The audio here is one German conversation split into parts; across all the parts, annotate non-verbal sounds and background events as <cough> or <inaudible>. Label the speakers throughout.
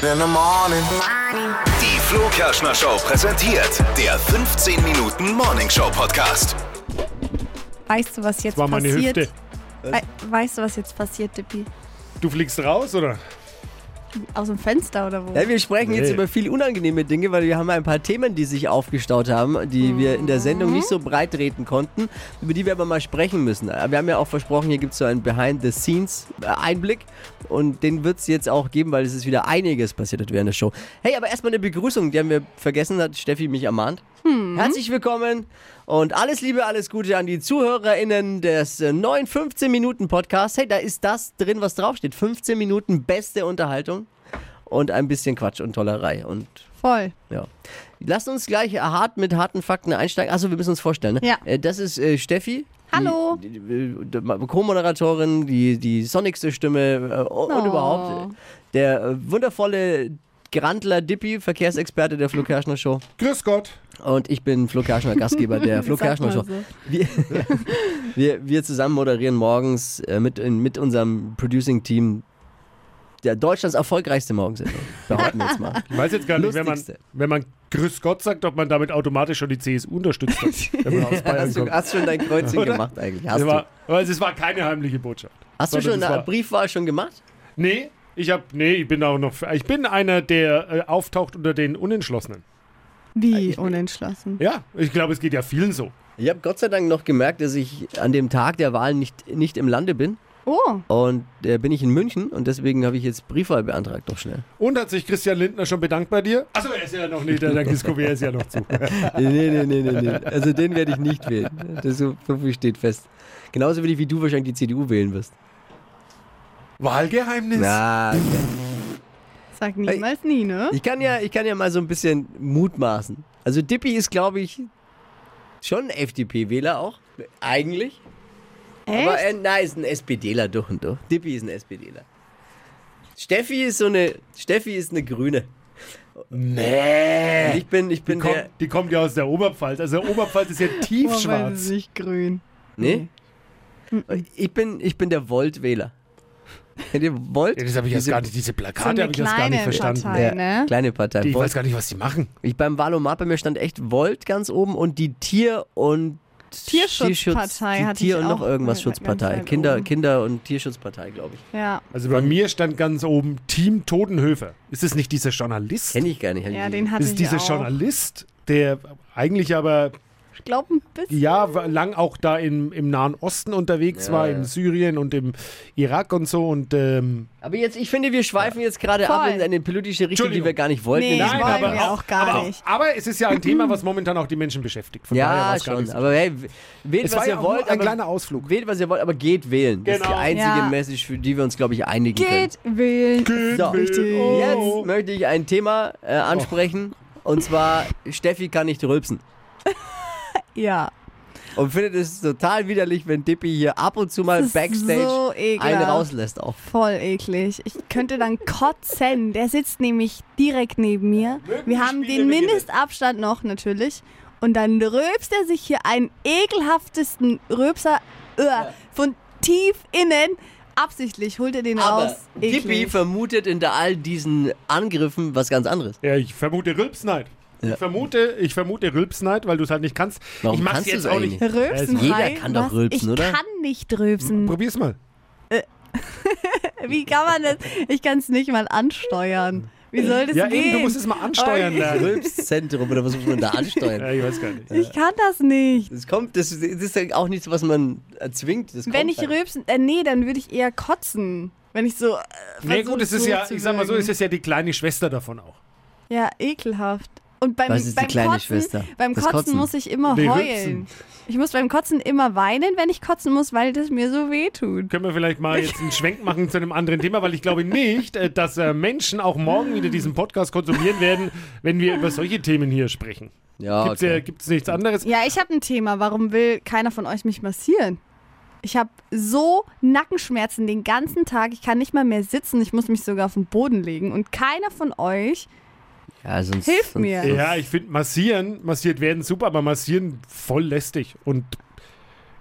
Speaker 1: in the morning.
Speaker 2: Die Flo Kerschner Show präsentiert der 15 Minuten Morning Show Podcast.
Speaker 3: Weißt du, was jetzt
Speaker 4: war meine
Speaker 3: passiert?
Speaker 4: Hüfte.
Speaker 3: We weißt du, was jetzt passiert, Dippi?
Speaker 4: Du fliegst raus, oder?
Speaker 3: Aus dem Fenster oder wo?
Speaker 5: Ja, wir sprechen jetzt
Speaker 4: Nee.
Speaker 5: über viel unangenehme Dinge, weil wir haben ein paar Themen, die sich aufgestaut haben, die wir in der Sendung nicht so breit treten konnten, über die wir aber mal sprechen müssen. Aber Wir haben ja auch versprochen, hier gibt es so einen Behind-the-Scenes-Einblick und den wird es jetzt auch geben, weil es ist wieder einiges passiert hat während der Show. Hey, aber erstmal eine Begrüßung, die haben wir vergessen, hat Steffi mich ermahnt. Herzlich willkommen und alles Liebe, alles Gute an die ZuhörerInnen des äh, neuen 15-Minuten-Podcasts. Hey, da ist das drin, was draufsteht. 15 Minuten beste Unterhaltung und ein bisschen Quatsch und Tollerei. Und
Speaker 3: Voll.
Speaker 5: ja. Lasst uns gleich hart mit harten Fakten einsteigen. Achso, wir müssen uns vorstellen. Ne?
Speaker 3: Ja.
Speaker 5: Äh, Das ist äh, Steffi.
Speaker 3: Hallo.
Speaker 5: Die, die, die, die Co-Moderatorin, die, die sonnigste Stimme äh, und
Speaker 3: Oh.
Speaker 5: überhaupt äh, der äh, wundervolle Grandler Dippi, Verkehrsexperte der Flo Kerschner Show.
Speaker 4: Grüß Gott.
Speaker 5: Und ich bin Flo Kerschner,
Speaker 3: <laughs>
Speaker 5: Gastgeber der Flo
Speaker 3: Sag
Speaker 5: Kerschner
Speaker 3: mal
Speaker 5: Show.
Speaker 3: so.
Speaker 5: Wir, wir, wir zusammen moderieren morgens äh, mit, in, mit unserem Producing-Team der Deutschlands erfolgreichste
Speaker 3: <laughs>
Speaker 5: Morgensendung. Behaupten wir jetzt mal.
Speaker 4: Ich weiß jetzt gar nicht, wenn man,
Speaker 5: Lustigste.
Speaker 4: wenn man Grüß Gott sagt, ob man damit automatisch schon die CSU unterstützt
Speaker 5: <laughs>
Speaker 4: hat, wenn man aus Bayern
Speaker 5: Hast du,
Speaker 4: kommt.
Speaker 5: hast schon dein Kreuzchen
Speaker 4: Oder?
Speaker 5: gemacht eigentlich? Hast
Speaker 4: Das
Speaker 5: du,
Speaker 4: war, aber es war keine heimliche Botschaft.
Speaker 5: hast du
Speaker 4: sondern
Speaker 5: schon
Speaker 4: das
Speaker 5: eine
Speaker 4: war-
Speaker 5: Briefwahl schon gemacht?
Speaker 4: Nee, ich hab, nee, ich bin auch noch. Ich bin einer, der äh, auftaucht unter den Unentschlossenen.
Speaker 3: Wie unentschlossen.
Speaker 4: Ja, ich glaube, es geht ja vielen so.
Speaker 5: Ich habe Gott sei Dank noch gemerkt, dass ich an dem Tag der Wahl nicht, nicht im Lande bin.
Speaker 3: Oh,
Speaker 5: Und äh, bin ich in München und deswegen habe ich jetzt Briefwahl beantragt, doch schnell.
Speaker 4: Und hat sich Christian Lindner schon bedankt bei dir? Achso, er ist ja noch nicht, der Disco, er ist ja noch zu.
Speaker 5: <laughs> Nee, nee, nee, nee, nee. Also den werde ich nicht wählen. Das so, so viel steht fest. Genauso wenig wie du wahrscheinlich die CDU wählen wirst.
Speaker 4: Wahlgeheimnis?
Speaker 5: Na,
Speaker 3: sag niemals nie, ne?
Speaker 5: Ich kann ja, ich kann ja mal so ein bisschen mutmaßen. Also Dippy ist, glaube ich, schon ein FDP-Wähler auch. Eigentlich. Aber
Speaker 3: Echt?
Speaker 5: er, nein, ist ein SPDler durch und durch. Dippy ist ein SPDler. Steffi ist so eine, Steffi ist eine Grüne. Nee. Und ich bin, ich
Speaker 4: Die
Speaker 5: bin der, Oh
Speaker 4: kommt, die kommt ja aus der Oberpfalz. Also Oberpfalz ist ja
Speaker 3: Oberweise ist
Speaker 4: tiefschwarz.
Speaker 3: nicht grün.
Speaker 5: nee? ne? Ich bin, ich bin der Volt-Wähler. <laughs> Kennt ihr Volt?
Speaker 4: Ja, das habe ich jetzt
Speaker 5: Diese
Speaker 4: gar nicht, diese
Speaker 3: So
Speaker 4: Plakate
Speaker 3: eine
Speaker 4: habe ich jetzt gar nicht
Speaker 3: kleine
Speaker 4: verstanden.
Speaker 3: Partei, ne?
Speaker 5: Kleine Partei.
Speaker 4: Die, ich
Speaker 5: Volt.
Speaker 4: weiß gar nicht, was die machen.
Speaker 5: Ich beim Valomat bei mir stand echt Volt ganz oben und die Tier- und
Speaker 3: Tierschutzpartei
Speaker 5: die
Speaker 3: hatte
Speaker 5: Tier-
Speaker 3: ich
Speaker 5: und noch
Speaker 3: auch
Speaker 5: irgendwas
Speaker 3: ganz
Speaker 5: Schutzpartei.
Speaker 3: weit
Speaker 5: Kinder,
Speaker 3: oben.
Speaker 5: Kinder- und Tierschutzpartei, glaube ich.
Speaker 3: Ja.
Speaker 4: Also bei mir stand ganz oben Team Totenhöfer. Ist es nicht dieser Journalist?
Speaker 5: Kenne ich gar nicht. hab ich
Speaker 3: ja,
Speaker 5: nie
Speaker 3: den
Speaker 5: gesehen.
Speaker 3: hatte
Speaker 4: Ist
Speaker 3: ich
Speaker 4: dieser
Speaker 3: auch.
Speaker 4: Journalist, der eigentlich aber
Speaker 3: Ich glaube ein bisschen.
Speaker 4: ja lang auch da im, im Nahen Osten unterwegs
Speaker 5: Ja,
Speaker 4: war,
Speaker 5: ja.
Speaker 4: in Syrien und im Irak und so und ähm,
Speaker 5: aber jetzt, ich finde, wir schweifen jetzt gerade ab
Speaker 3: Voll.
Speaker 5: in eine politische Richtung, die wir
Speaker 4: Entschuldigung.
Speaker 5: gar nicht wollten.
Speaker 3: Nee,
Speaker 5: in diesem
Speaker 3: wollen
Speaker 5: Podcast.
Speaker 3: wir auch gar
Speaker 4: aber,
Speaker 3: nicht.
Speaker 4: aber es ist ja ein Thema, was momentan auch die Menschen beschäftigt. Von daher
Speaker 5: ja,
Speaker 4: war's gar
Speaker 5: schon.
Speaker 4: nicht so.
Speaker 5: Aber hey, wählt,
Speaker 4: es
Speaker 5: was
Speaker 4: war ja
Speaker 5: ihr
Speaker 4: auch
Speaker 5: wollt.
Speaker 4: nur ein
Speaker 5: aber
Speaker 4: kleiner Ausflug.
Speaker 5: Wählt, was ihr wollt, aber geht wählen. Das ist die
Speaker 4: Genau.
Speaker 5: einzige
Speaker 3: Ja.
Speaker 5: Message, für die wir uns, glaube ich, einigen können.
Speaker 3: Geht wählen. Oh.
Speaker 5: So,
Speaker 3: Richtig.
Speaker 5: jetzt möchte ich ein Thema äh,
Speaker 4: Oh.
Speaker 5: ansprechen. Und zwar, Steffi kann nicht rülpsen.
Speaker 3: Ja.
Speaker 5: und findet es total widerlich, wenn Dippy hier ab und zu mal
Speaker 3: Das ist
Speaker 5: backstage
Speaker 3: so ekelhaft.
Speaker 5: einen rauslässt auf.
Speaker 3: Voll eklig. Ich könnte dann kotzen. Der sitzt nämlich direkt neben mir. Wir haben den Mindestabstand noch natürlich. Und dann röpst er sich hier einen ekelhaftesten Röpser äh, von tief innen. Absichtlich holt er den
Speaker 5: Aber
Speaker 3: raus.
Speaker 5: Dippy
Speaker 3: Eklig.
Speaker 5: vermutet hinter all diesen Angriffen was ganz anderes.
Speaker 4: Ja, ich vermute Rülpsneid.
Speaker 5: Ja.
Speaker 4: Ich vermute, ich vermute Rülpsneid, weil du es halt nicht kannst.
Speaker 5: Warum
Speaker 4: ich mach's
Speaker 5: kannst
Speaker 4: jetzt
Speaker 5: du's
Speaker 4: auch
Speaker 5: eigentlich
Speaker 4: nicht.
Speaker 3: Röpsen
Speaker 5: Also, Jeder
Speaker 3: frei?
Speaker 5: kann doch
Speaker 3: Was?
Speaker 5: rülpsen,
Speaker 3: ich
Speaker 5: oder?
Speaker 3: kann nicht rülpsen.
Speaker 4: Probier's mal.
Speaker 3: Wie kann man das? Ich kann es nicht mal ansteuern. Wie soll das
Speaker 4: ja,
Speaker 3: gehen?
Speaker 4: eben, du musst es mal ansteuern
Speaker 3: Okay.
Speaker 4: lernen.
Speaker 5: Rülpszentrum oder was
Speaker 4: <laughs>
Speaker 5: muss man da ansteuern?
Speaker 4: Ja, ich weiß gar nicht.
Speaker 3: ich kann das nicht.
Speaker 5: Das kommt, das, ist- das ist ja auch nichts, was man erzwingt. Das
Speaker 3: Wenn
Speaker 5: kommt
Speaker 3: ich
Speaker 5: halt.
Speaker 3: rülpsen, äh, nee, dann würde ich eher kotzen. Wenn ich so. Äh,
Speaker 4: Nee,
Speaker 3: versuche,
Speaker 4: gut, es ist ja, ich sag mal so,
Speaker 3: durchzuwirken.
Speaker 4: es ist ja die kleine Schwester davon auch.
Speaker 3: Ja, ekelhaft. Und beim,
Speaker 5: Was ist die
Speaker 3: beim
Speaker 5: kleine
Speaker 3: Kotzen,
Speaker 5: Schwester?
Speaker 3: Beim
Speaker 5: Das
Speaker 3: Kotzen,
Speaker 5: Kotzen.
Speaker 3: muss ich immer
Speaker 4: Nee,
Speaker 3: heulen.
Speaker 4: rülpsen.
Speaker 3: Ich muss beim Kotzen immer weinen, wenn ich kotzen muss, weil das mir so weh tut.
Speaker 4: Können wir vielleicht mal jetzt einen Schwenk machen zu einem anderen Thema, weil ich glaube nicht, äh, dass äh, Menschen auch morgen wieder diesen Podcast konsumieren werden, wenn wir über solche Themen hier sprechen.
Speaker 5: Ja,
Speaker 4: Gibt's, ja,
Speaker 5: Ah, okay.
Speaker 4: gibt's nichts anderes?
Speaker 3: Ja, ich habe ein Thema. Warum will keiner von euch mich massieren? Ich habe so Nackenschmerzen den ganzen Tag. Ich kann nicht mal mehr sitzen. Ich muss mich sogar auf den Boden legen. Und keiner von euch.
Speaker 5: ja, sonst,
Speaker 3: Hilf
Speaker 5: sonst,
Speaker 3: mir.
Speaker 5: Sonst,
Speaker 4: Ja, ich finde massieren, massiert werden super, aber massieren voll lästig und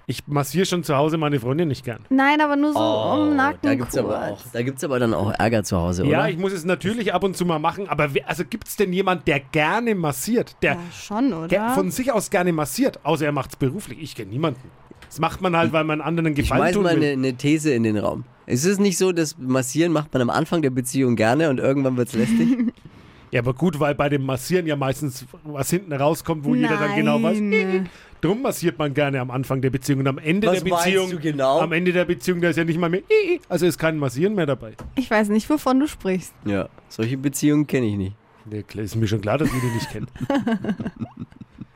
Speaker 4: Ich massiere schon zu Hause meine Freundin nicht gern.
Speaker 3: Nein, aber nur so um den Nacken.
Speaker 5: Oh, da gibt's aber auch,
Speaker 3: kurz.
Speaker 5: da gibt's aber dann auch Ärger zu Hause,
Speaker 4: Ja,
Speaker 5: oder?
Speaker 4: ich muss es natürlich ab und zu mal machen, aber wer, also gibt es denn jemand, der gerne massiert? Der,
Speaker 3: Ja, schon,
Speaker 4: der
Speaker 3: oder?
Speaker 4: von sich aus gerne massiert, außer er macht es beruflich. Ich kenne niemanden. Das macht man halt, weil man anderen einen
Speaker 5: Ich
Speaker 4: Gefallen
Speaker 5: schmeiß
Speaker 4: tun
Speaker 5: mal
Speaker 4: will.
Speaker 5: eine, eine These in den Raum. Ist es nicht so, dass Massieren macht man am Anfang der Beziehung gerne und irgendwann
Speaker 3: <laughs>
Speaker 5: wird's lästig?
Speaker 4: Ja, aber gut, weil bei dem Massieren ja meistens was hinten rauskommt, wo jeder dann genau weiß.
Speaker 3: Nein.
Speaker 4: Drum massiert man gerne am Anfang der Beziehung und am Ende
Speaker 5: Was
Speaker 4: der
Speaker 5: meinst
Speaker 4: Beziehung.
Speaker 5: du genau?
Speaker 4: Am Ende der Beziehung, da ist ja nicht mal mehr. Also ist kein Massieren mehr dabei.
Speaker 3: Ich weiß nicht, wovon du sprichst.
Speaker 5: ja, solche Beziehungen kenne ich nicht.
Speaker 4: Nee, klar, ist mir schon klar, dass ihr die nicht
Speaker 5: <laughs>
Speaker 4: kennt.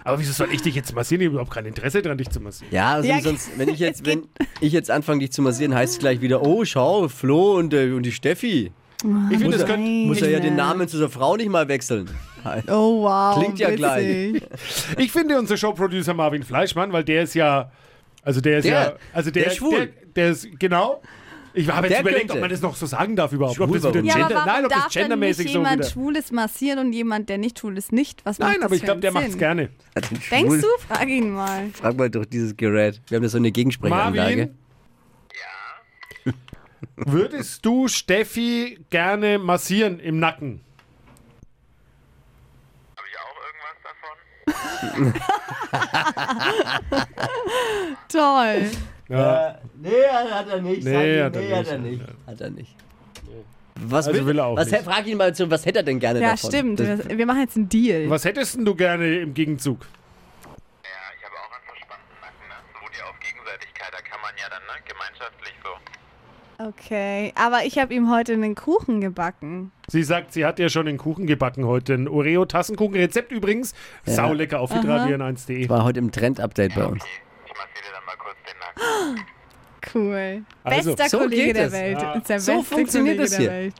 Speaker 4: aber wieso soll ich dich jetzt massieren? Ich habe überhaupt kein Interesse daran, dich zu massieren.
Speaker 5: Ja, also
Speaker 3: Ja,
Speaker 5: sonst, wenn ich
Speaker 3: <laughs>
Speaker 5: jetzt,
Speaker 3: es
Speaker 5: wenn ich jetzt anfange, dich zu massieren, heißt es gleich wieder, oh, schau, Flo und, äh, und die Steffi.
Speaker 4: Ich finde,
Speaker 5: Ah, Muss
Speaker 4: das
Speaker 5: er,
Speaker 4: könnte.
Speaker 5: muss er ja
Speaker 3: Nein.
Speaker 5: den Namen zu der Frau nicht mal wechseln.
Speaker 3: Oh, wow.
Speaker 5: Klingt ja
Speaker 3: witzig.
Speaker 5: gleich.
Speaker 4: Ich finde unser Showproducer Marvin Fleischmann, weil der ist ja, also der ist
Speaker 5: Der,
Speaker 4: ja, also der,
Speaker 5: der ist schwul.
Speaker 4: Der, der ist genau. Ich habe jetzt
Speaker 5: Der
Speaker 4: überlegt,
Speaker 5: könnte.
Speaker 4: ob man das noch so sagen darf überhaupt.
Speaker 5: Schwul,
Speaker 4: ob das wieder
Speaker 5: warum?
Speaker 3: Ja, aber
Speaker 4: Gender,
Speaker 3: warum
Speaker 4: nein, ob
Speaker 3: darf
Speaker 4: das
Speaker 3: dann nicht
Speaker 4: gendermäßig so
Speaker 3: jemand
Speaker 4: wieder.
Speaker 3: Schwules massieren und jemand, der nicht schwul ist, nicht? Was macht
Speaker 4: Nein,
Speaker 3: das
Speaker 4: aber ich
Speaker 3: für
Speaker 4: glaube,
Speaker 3: einen
Speaker 4: der
Speaker 3: Sinn?
Speaker 4: macht's gerne.
Speaker 3: Denkst du? Frag ihn mal.
Speaker 5: Frag mal durch dieses Gerät. Wir haben da so eine Gegensprechanlage.
Speaker 4: Marvin? <laughs> Würdest du Steffi gerne massieren im Nacken?
Speaker 1: Habe ich auch irgendwas davon?
Speaker 3: Toll.
Speaker 4: Ja.
Speaker 5: nee, hat er nicht.
Speaker 4: Nee, Sag ihm, hat er nee, hat nicht. er nicht.
Speaker 5: Hat er nicht. Was
Speaker 4: Also will er auch
Speaker 5: was,
Speaker 4: nicht.
Speaker 5: Frag ihn mal, zu, was hätte er denn gerne
Speaker 3: Ja,
Speaker 5: davon?
Speaker 3: stimmt.
Speaker 5: Das,
Speaker 3: Wir machen jetzt einen Deal.
Speaker 4: Was hättest denn du gerne im Gegenzug?
Speaker 1: Ja, ich habe auch einen verspannten Nacken. Ne? Beruht ja auf Gegenseitigkeit, da kann man ja dann ne? gemeinschaftlich so.
Speaker 3: Okay, aber ich habe ihm heute einen Kuchen gebacken.
Speaker 4: Sie sagt, sie hat ja schon den Kuchen gebacken heute. Ein Oreo-Tassenkuchen-Rezept übrigens. Saulecker auf hitradio1.de.
Speaker 5: war heute im Trend-Update bei uns.
Speaker 1: Okay, ich massiere dir dann mal kurz den Nacken.
Speaker 3: Cool.
Speaker 4: Also,
Speaker 3: bester
Speaker 5: so
Speaker 3: Kollege
Speaker 5: geht
Speaker 3: der
Speaker 5: es.
Speaker 3: Welt.
Speaker 4: Ja.
Speaker 3: Ist der
Speaker 5: So
Speaker 3: beste
Speaker 5: funktioniert
Speaker 3: Kollege
Speaker 5: das
Speaker 3: der
Speaker 5: hier.
Speaker 3: Welt.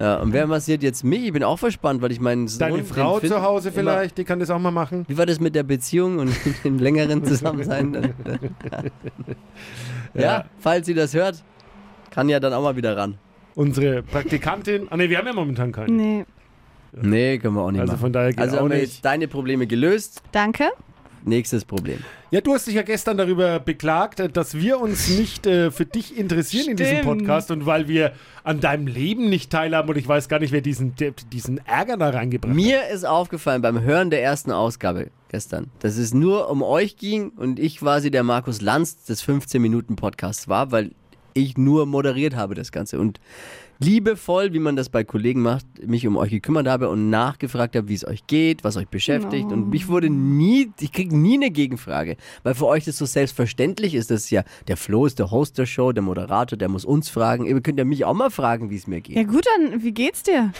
Speaker 5: Ja, und wer massiert jetzt mich? Ich bin auch verspannt, weil ich meinen Sohn.
Speaker 4: Deine
Speaker 5: den
Speaker 4: Frau
Speaker 5: Finn,
Speaker 4: zu Hause
Speaker 5: immer-
Speaker 4: vielleicht, die kann das auch mal machen.
Speaker 5: Wie war das mit der Beziehung und <laughs> dem
Speaker 4: <laughs>
Speaker 5: längeren Zusammensein? ja, falls sie das hört, kann ja dann auch mal wieder ran.
Speaker 4: Unsere Praktikantin. Ah, ne, wir haben ja momentan keinen.
Speaker 3: Nee,
Speaker 5: Nee, können wir auch nicht
Speaker 4: Also
Speaker 5: machen.
Speaker 4: von daher geht
Speaker 5: also
Speaker 4: auch
Speaker 5: haben wir
Speaker 4: nicht.
Speaker 5: jetzt deine Probleme gelöst.
Speaker 3: danke.
Speaker 5: Nächstes Problem.
Speaker 4: Ja, du hast dich ja gestern darüber beklagt, äh, dass wir uns nicht äh, für dich interessieren in diesem
Speaker 3: Stimmt.
Speaker 4: Podcast und weil wir an deinem Leben nicht teilhaben und ich weiß gar nicht, wer diesen, der- diesen Ärger da reingebracht hat.
Speaker 5: Mir ist aufgefallen beim Hören der ersten Ausgabe gestern, dass es nur um euch ging und ich quasi der Markus Lanz des 15-Minuten-Podcasts war, weil ich nur moderiert habe das Ganze und liebevoll, wie man das bei Kollegen macht, mich um euch gekümmert habe und nachgefragt habe, wie es euch geht, was euch beschäftigt und mich wurde nie, ich kriege nie eine Gegenfrage, weil für euch das so selbstverständlich ist, dass ja der Flo ist der Host der Show, der Moderator, der muss uns fragen, ihr könnt ja mich auch mal fragen, wie es mir geht.
Speaker 3: Ja gut, dann wie geht's dir?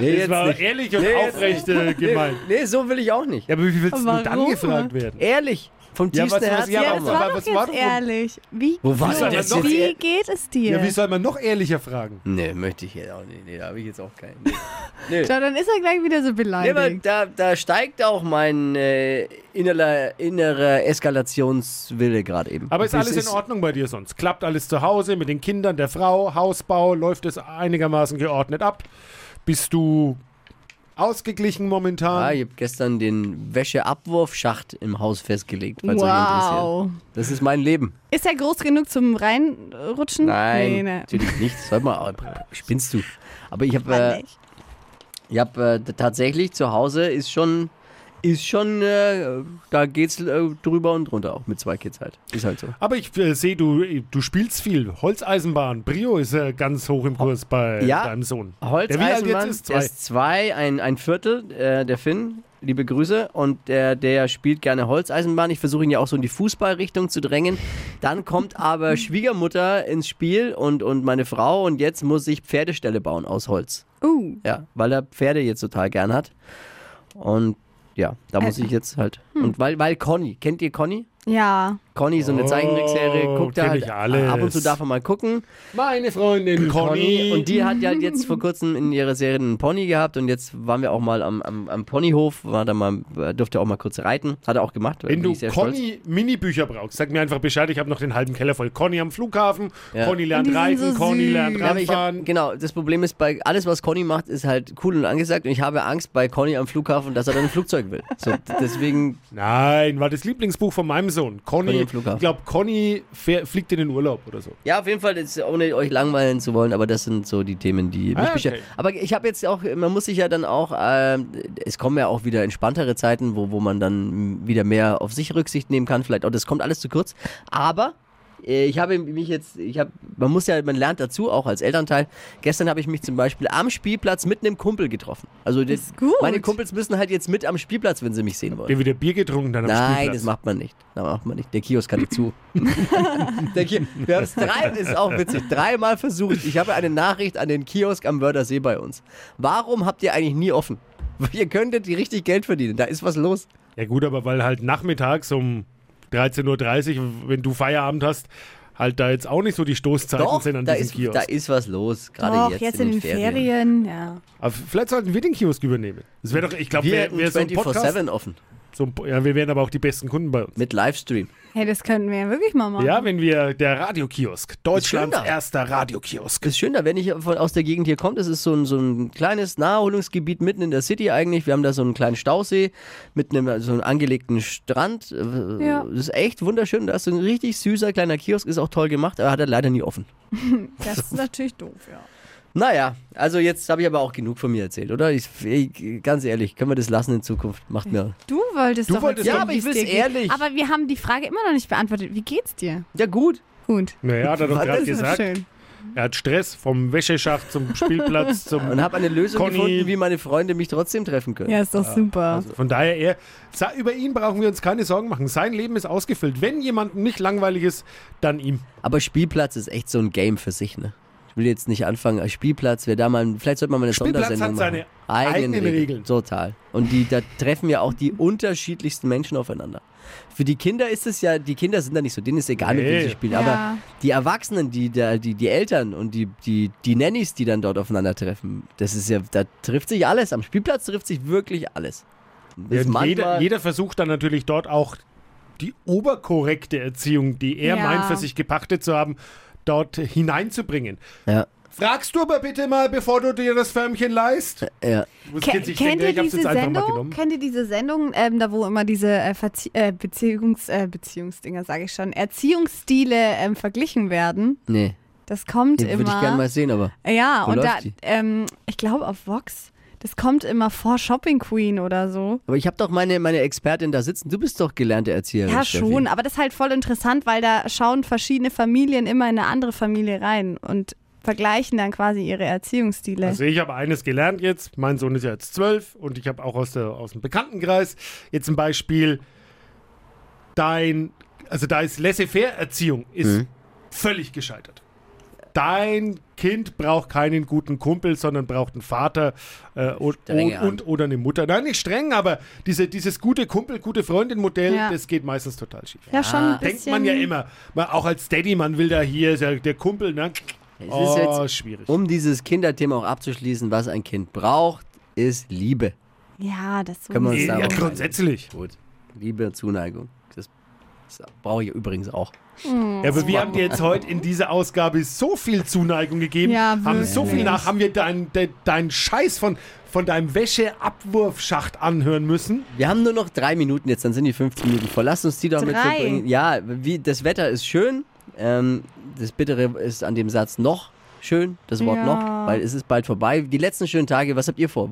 Speaker 5: nee,
Speaker 4: Das war ehrlich und
Speaker 5: Nee, jetzt
Speaker 4: aufrecht äh, gemeint.
Speaker 5: nee, so will ich auch
Speaker 4: <laughs>
Speaker 5: nicht.
Speaker 4: Ja, aber wie willst du dann
Speaker 3: Warum?
Speaker 4: gefragt werden?
Speaker 5: Ehrlich. Vom
Speaker 4: Ja,
Speaker 5: tiefsten
Speaker 4: was- was-
Speaker 5: Herzen.
Speaker 4: ja,
Speaker 3: Ja,
Speaker 4: aber
Speaker 3: das
Speaker 4: was-
Speaker 3: war doch
Speaker 4: was
Speaker 3: jetzt
Speaker 4: war denn-
Speaker 3: ehrlich. Wie,
Speaker 5: Wo war
Speaker 4: Wie soll
Speaker 5: denn
Speaker 4: das
Speaker 5: das
Speaker 4: noch-
Speaker 5: jetzt?
Speaker 3: wie geht es dir?
Speaker 4: Ja, wie soll man noch ehrlicher fragen?
Speaker 5: Nee, möchte ich jetzt auch nicht. Nee, da habe ich jetzt auch keinen.
Speaker 3: ja, dann ist er gleich wieder so
Speaker 5: Nee, aber
Speaker 3: beleidigt.
Speaker 5: da, da steigt auch mein äh, innerer, innerer Eskalationswille gerade eben.
Speaker 4: Aber ist
Speaker 5: Das
Speaker 4: alles in Ordnung bei dir sonst? Klappt alles zu Hause mit den Kindern, der Frau, Hausbau? Läuft es einigermaßen geordnet ab? Bist du ausgeglichen momentan?
Speaker 5: Ah, ich habe gestern den Wäscheabwurfschacht im Haus festgelegt, falls euch interessiert.
Speaker 3: wow.
Speaker 5: Das ist mein Leben.
Speaker 3: Ist er groß genug zum Reinrutschen?
Speaker 5: Nein,
Speaker 3: Nee, ne. nee.
Speaker 5: natürlich nicht. Soll man, spinnst du? Aber ich habe
Speaker 3: Mann,
Speaker 5: äh,
Speaker 3: ey.
Speaker 5: Ich habe äh, t- tatsächlich zu Hause ist schon, ist schon, äh, da geht's äh, drüber und drunter auch mit zwei Kids halt. Ist halt so.
Speaker 4: Aber ich äh, sehe, du, du spielst viel. Holzeisenbahn, Brio ist äh, ganz hoch im Kurs bei
Speaker 5: Ja.
Speaker 4: deinem Sohn. Der wie alt jetzt
Speaker 5: Holzeisenmann
Speaker 4: ist?
Speaker 5: der
Speaker 4: Zwei.
Speaker 5: ist zwei, ein, ein Viertel, äh, der Finn. Liebe Grüße und der, der spielt gerne Holzeisenbahn. Ich versuche ihn ja auch so in die Fußballrichtung zu drängen. Dann
Speaker 4: <laughs>
Speaker 5: kommt aber Schwiegermutter ins Spiel und, und meine Frau und jetzt muss ich Pferdeställe bauen aus Holz.
Speaker 3: Uh,
Speaker 5: Ja, weil er Pferde jetzt total
Speaker 4: Hm.
Speaker 5: gern hat. Und ja, da muss ich jetzt halt. Und weil, weil Conny, kennt ihr Conny?
Speaker 3: Ja.
Speaker 5: Conny, so eine
Speaker 4: Oh,
Speaker 5: Zeichentrickserie, guckt da
Speaker 4: kenn
Speaker 5: halt,
Speaker 4: ich alles.
Speaker 5: ab und zu darf er mal gucken.
Speaker 4: Meine Freundin Conny.
Speaker 5: Und die hat ja jetzt vor kurzem in ihrer Serie einen Pony gehabt und jetzt waren wir auch mal am, am, am Ponyhof, war da mal, durfte auch mal kurz reiten, hat er auch gemacht.
Speaker 4: Wenn
Speaker 5: bin
Speaker 4: du
Speaker 5: ich sehr stolz.
Speaker 4: Conny Mini-Bücher brauchst, sag mir einfach Bescheid, ich habe noch den halben Keller voll. Conny am Flughafen,
Speaker 5: Ja.
Speaker 4: Conny lernt
Speaker 3: Und die sind
Speaker 4: reiten,
Speaker 3: so
Speaker 4: Conny
Speaker 3: süß.
Speaker 4: lernt
Speaker 3: Ja,
Speaker 5: Ja, aber ich
Speaker 4: ranfahren.
Speaker 5: hab, genau, das Problem ist, bei alles, was Conny macht, ist halt cool und angesagt und ich habe Angst bei Conny am Flughafen, dass er dann ein Flugzeug will. So, d- deswegen,
Speaker 4: Nein, war das Lieblingsbuch von meinem Sohn.
Speaker 5: Conny
Speaker 4: Conny,
Speaker 5: im Flughafen.
Speaker 4: ich glaube, Conny fähr, fliegt in den Urlaub oder so.
Speaker 5: ja, auf jeden Fall, jetzt, ohne euch langweilen zu wollen, aber das sind so die Themen, die mich
Speaker 4: Ah, okay.
Speaker 5: beschäftigen. Aber ich habe jetzt auch, man muss sich ja dann auch, ähm, es kommen ja auch wieder entspanntere Zeiten, wo, wo man dann wieder mehr auf sich Rücksicht nehmen kann, vielleicht auch, das kommt alles zu kurz, aber... äh, Ich habe mich jetzt, ich habe, man muss ja, man lernt dazu auch als Elternteil. Gestern habe ich mich zum Beispiel am Spielplatz mit einem Kumpel getroffen. Also das,
Speaker 3: Ist gut.
Speaker 5: meine Kumpels müssen halt jetzt mit am Spielplatz, wenn sie mich sehen wollen.
Speaker 4: Der wieder Bier getrunken dann am
Speaker 5: Nein,
Speaker 4: Spielplatz.
Speaker 5: das macht man nicht. Das macht man nicht. Der Kiosk
Speaker 4: <laughs>
Speaker 5: hatte zu. Der Ki wir haben es drei, ist auch witzig, dreimal versucht. Ich habe eine Nachricht an den Kiosk am Wördersee bei uns. Warum habt ihr eigentlich nie offen? <laughs> Ihr könntet die richtig Geld verdienen. Da ist was los.
Speaker 4: Ja gut, aber weil halt nachmittags um 13.30 Uhr, wenn du Feierabend hast, halt da jetzt auch nicht so die Stoßzeiten
Speaker 5: Doch,
Speaker 4: sind an
Speaker 5: da
Speaker 4: diesem
Speaker 5: ist,
Speaker 4: Kiosk.
Speaker 5: da ist was los. Gerade
Speaker 3: Doch,
Speaker 5: jetzt,
Speaker 3: jetzt, in den Ferien. ja.
Speaker 4: aber vielleicht sollten wir den Kiosk übernehmen. Das wäre doch, ich glaube,
Speaker 5: Wir
Speaker 4: wäre
Speaker 5: hätten
Speaker 4: wär so ein Podcast.
Speaker 5: 24-7 offen.
Speaker 4: So ein, Po- ja, wir wären aber auch die besten Kunden bei uns.
Speaker 5: Mit Livestream.
Speaker 3: Hey, das könnten wir ja wirklich mal machen.
Speaker 4: Ja, wenn wir der Radiokiosk, Deutschlands
Speaker 5: schön da.
Speaker 4: erster
Speaker 5: <laughs>
Speaker 4: Radiokiosk.
Speaker 5: Das ist schön da, wenn ich von, aus der Gegend hier komme, das ist so ein, so ein kleines Naherholungsgebiet mitten in der City eigentlich. Wir haben da so einen kleinen Stausee mit einem so einem angelegten Strand. Äh,
Speaker 3: Ja.
Speaker 5: Das ist echt wunderschön. Da ist so ein richtig süßer kleiner Kiosk, ist auch toll gemacht, aber hat er leider nie offen.
Speaker 3: Das ist natürlich doof, ja.
Speaker 5: Naja, also jetzt habe ich aber auch genug von mir erzählt, oder? Ich, ich, ganz ehrlich, können wir das lassen in Zukunft? Macht mir.
Speaker 3: Du wolltest
Speaker 4: Du
Speaker 3: doch erzählen,
Speaker 4: wolltest
Speaker 5: doch- Ja, aber ich
Speaker 3: wie's
Speaker 5: will's
Speaker 3: dir geht.
Speaker 5: ehrlich.
Speaker 3: Aber wir haben die Frage immer noch nicht beantwortet. Wie geht's dir?
Speaker 5: Ja, gut.
Speaker 3: Gut.
Speaker 4: Naja, hat er doch
Speaker 5: Was
Speaker 4: gerade
Speaker 5: ist das
Speaker 4: gesagt.
Speaker 3: Schön.
Speaker 4: Er hat Stress vom Wäscheschacht zum
Speaker 5: <laughs>
Speaker 4: Spielplatz zum.
Speaker 5: Und habe eine Lösung
Speaker 4: Conny.
Speaker 5: gefunden, wie meine Freunde mich trotzdem treffen können.
Speaker 3: Ja, ist doch super.
Speaker 4: Also Von daher, er, sa- über ihn brauchen wir uns keine Sorgen machen. Sein Leben ist ausgefüllt. Wenn jemandem nicht langweilig ist, dann ihm.
Speaker 5: Aber Spielplatz ist echt so ein Game für sich, ne? Ich will jetzt nicht anfangen, als Spielplatz, wer da mal, vielleicht sollte man mal eine
Speaker 4: Spielplatz hat
Speaker 5: Sondersendung
Speaker 4: seine
Speaker 5: machen.
Speaker 4: eigenen Regeln.
Speaker 5: Total. Und die, da treffen ja auch
Speaker 4: <laughs>
Speaker 5: die unterschiedlichsten Menschen aufeinander. Für die Kinder ist es ja, die Kinder sind da nicht so, denen ist egal, mit
Speaker 4: Nee.
Speaker 5: wem sie spielen.
Speaker 3: Ja.
Speaker 5: Aber die Erwachsenen, die, da, die, die Eltern und die, die, die Nannies, die dann dort aufeinandertreffen, das ist ja, da trifft sich alles. Am Spielplatz trifft sich wirklich alles. Das ist
Speaker 4: Ja, und jeder,
Speaker 5: manchmal-
Speaker 4: jeder versucht dann natürlich dort auch die oberkorrekte Erziehung, die er
Speaker 3: Ja.
Speaker 4: meint, für sich gepachtet zu haben, dort hineinzubringen.
Speaker 5: Ja,
Speaker 4: Fragst du aber bitte mal, bevor du dir das Förmchen leist?
Speaker 5: ja.
Speaker 4: Wo es
Speaker 3: Ke-
Speaker 4: jetzt- ich
Speaker 3: kennt,
Speaker 4: denke, ich
Speaker 3: ihr
Speaker 4: hab's
Speaker 3: diese
Speaker 4: jetzt einfach mal
Speaker 3: Sendung,
Speaker 4: genommen.
Speaker 3: kennt ihr diese Sendung, ähm, da wo immer diese äh, Verzie- äh, Beziehungs, äh, Beziehungsdinger, sage ich schon, Erziehungsstile ähm, verglichen werden?
Speaker 5: Nee,
Speaker 3: Das kommt
Speaker 5: den würde
Speaker 3: immer.
Speaker 5: ich gerne mal sehen, aber.
Speaker 3: ja,
Speaker 5: Wo
Speaker 3: und
Speaker 5: läuft
Speaker 3: da,
Speaker 5: die?
Speaker 3: ähm, ich glaube auf Vox, das kommt immer vor Shopping Queen oder so.
Speaker 5: Aber ich habe doch meine, meine Expertin da sitzen. Du bist doch gelernte Erzieherin.
Speaker 3: Ja,
Speaker 5: Steffi.
Speaker 3: schon, aber das ist halt voll interessant, weil da schauen verschiedene Familien immer in eine andere Familie rein und vergleichen dann quasi ihre Erziehungsstile.
Speaker 4: Also ich habe eines gelernt jetzt. Mein Sohn ist ja jetzt zwölf und ich habe auch aus, der, aus dem Bekanntenkreis jetzt ein Beispiel. Dein, also da ist Laissez-faire-Erziehung ist
Speaker 3: Mhm.
Speaker 4: völlig gescheitert. Dein Kind braucht keinen guten Kumpel, sondern braucht einen Vater äh, und, und,
Speaker 5: Strenge Hand.
Speaker 4: und oder eine Mutter. Nein, nicht streng, aber diese, dieses gute Kumpel, gute Freundin-Modell,
Speaker 3: Ja.
Speaker 4: das geht meistens total schief.
Speaker 3: ja, schon ein bisschen.
Speaker 4: Denkt man ja immer. Man, auch als Daddy, man will da hier, ist ja der Kumpel, ne?
Speaker 5: Es ist
Speaker 4: Oh,
Speaker 5: jetzt,
Speaker 4: schwierig.
Speaker 5: um dieses Kinderthema auch abzuschließen, was ein Kind braucht, ist Liebe.
Speaker 3: Ja, das so.
Speaker 5: Können wir uns da
Speaker 4: ja,
Speaker 5: auch-
Speaker 4: grundsätzlich.
Speaker 5: Gut. Liebe und Zuneigung. Das, das brauche ich übrigens auch.
Speaker 4: Ja, aber wir haben dir jetzt heute in dieser Ausgabe so viel Zuneigung gegeben,
Speaker 3: Ja,
Speaker 4: haben so viel
Speaker 3: wirklich.
Speaker 4: nach, haben wir deinen de, deinen Scheiß von, von deinem Wäscheabwurfschacht anhören müssen.
Speaker 5: Wir haben nur noch drei Minuten jetzt, dann sind die 15 Minuten voll. Lass uns die doch mit
Speaker 3: Drei.
Speaker 5: verbringen. Ja, wie, das Wetter ist schön. Ähm, das Bittere ist an dem Satz noch schön, das Wort
Speaker 3: Ja.
Speaker 5: noch, weil es ist bald vorbei. Die letzten schönen Tage, was habt ihr vor?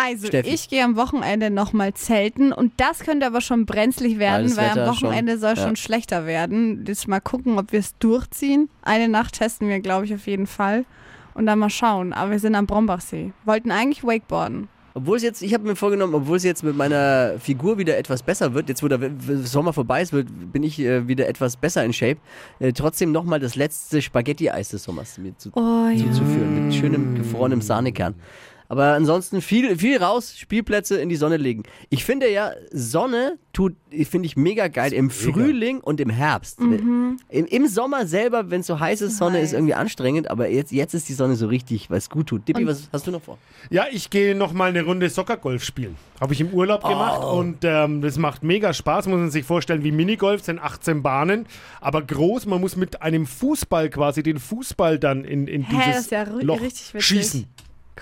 Speaker 3: Also
Speaker 5: Steffi.
Speaker 3: ich gehe am Wochenende nochmal zelten und das könnte aber schon brenzlig werden,
Speaker 5: Alles
Speaker 3: weil
Speaker 5: Wetter
Speaker 3: am Wochenende
Speaker 5: schon,
Speaker 3: soll
Speaker 5: ja.
Speaker 3: schon schlechter werden. Jetzt mal gucken, ob wir es durchziehen. Eine Nacht testen wir, glaube ich, auf jeden Fall. Und dann mal schauen. Aber wir sind am Brombachsee. Wollten eigentlich Wakeboarden.
Speaker 5: Obwohl es jetzt, ich habe mir vorgenommen, obwohl es jetzt mit meiner Figur wieder etwas besser wird, jetzt wo der W- W- Sommer vorbei ist, wird, bin ich äh, wieder etwas besser in Shape, äh, trotzdem nochmal das letzte Spaghetti-Eis des Sommers mir zu,
Speaker 3: Oh ja.
Speaker 5: zuzuführen, mit schönem gefrorenem Sahnekern. Aber ansonsten viel, viel raus, Spielplätze in die Sonne legen. Ich finde ja, Sonne tut, finde ich mega geil im Frühling und im Herbst. Äh, Im, Im Sommer selber, wenn es so heiß ist, Sonne ist irgendwie anstrengend, aber jetzt, jetzt ist die Sonne so richtig, was gut tut. Dippi, was hast du noch vor?
Speaker 4: Ja, ich gehe noch mal eine Runde Soccergolf spielen. Habe ich im Urlaub gemacht und ähm, das macht mega Spaß. Muss man sich vorstellen, wie Minigolf sind 18 Bahnen, aber groß. Man muss mit einem Fußball quasi den Fußball dann in, in
Speaker 3: Hä,
Speaker 4: dieses
Speaker 3: das ist ja ri-
Speaker 4: Loch
Speaker 3: richtig witzig.
Speaker 4: schießen.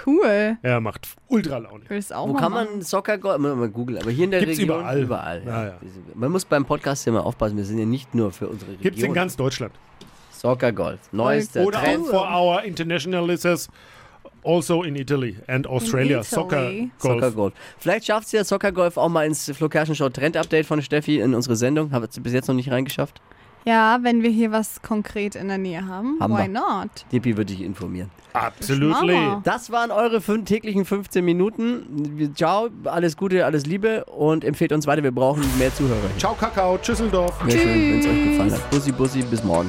Speaker 3: Cool.
Speaker 4: Ja, macht ultra Laune.
Speaker 3: Ich will das auch
Speaker 5: Wo
Speaker 3: mal
Speaker 5: kann
Speaker 3: machen.
Speaker 5: man Soccer Golf? Mal, mal googeln, aber hier in der
Speaker 4: Gibt's
Speaker 5: Region.
Speaker 4: überall.
Speaker 5: Überall. Ja.
Speaker 4: Ja, ja.
Speaker 5: Man muss beim Podcast immer aufpassen, wir sind ja nicht nur für unsere Region.
Speaker 4: Gibt's in ganz Deutschland.
Speaker 5: Soccer Golf. Neuester
Speaker 4: Oder
Speaker 5: Trend.
Speaker 4: auch for our international listeners, also in Italy and Australia.
Speaker 3: Italy.
Speaker 4: Soccer-Golf.
Speaker 5: Soccer Golf. Vielleicht schafft es ja Soccer Golf auch mal ins Flo Kerschner Show Trend Update von Steffi in unsere Sendung. Habt ihr bis jetzt noch nicht reingeschafft?
Speaker 3: Ja, wenn wir hier was konkret in der Nähe haben,
Speaker 5: Haben
Speaker 3: why
Speaker 5: wir.
Speaker 3: not?
Speaker 5: Dippi wird dich informieren.
Speaker 4: Absolutely.
Speaker 3: Mama.
Speaker 5: Das waren eure fün täglichen 15 Minuten. Wir- Ciao, alles Gute, alles Liebe und empfehlt uns weiter. Wir brauchen mehr Zuhörer.
Speaker 4: Ciao, Kakao. Tschüsseldorf.
Speaker 5: Wäre schön, wenn es euch gefallen hat. Bussi, bussi, bis morgen.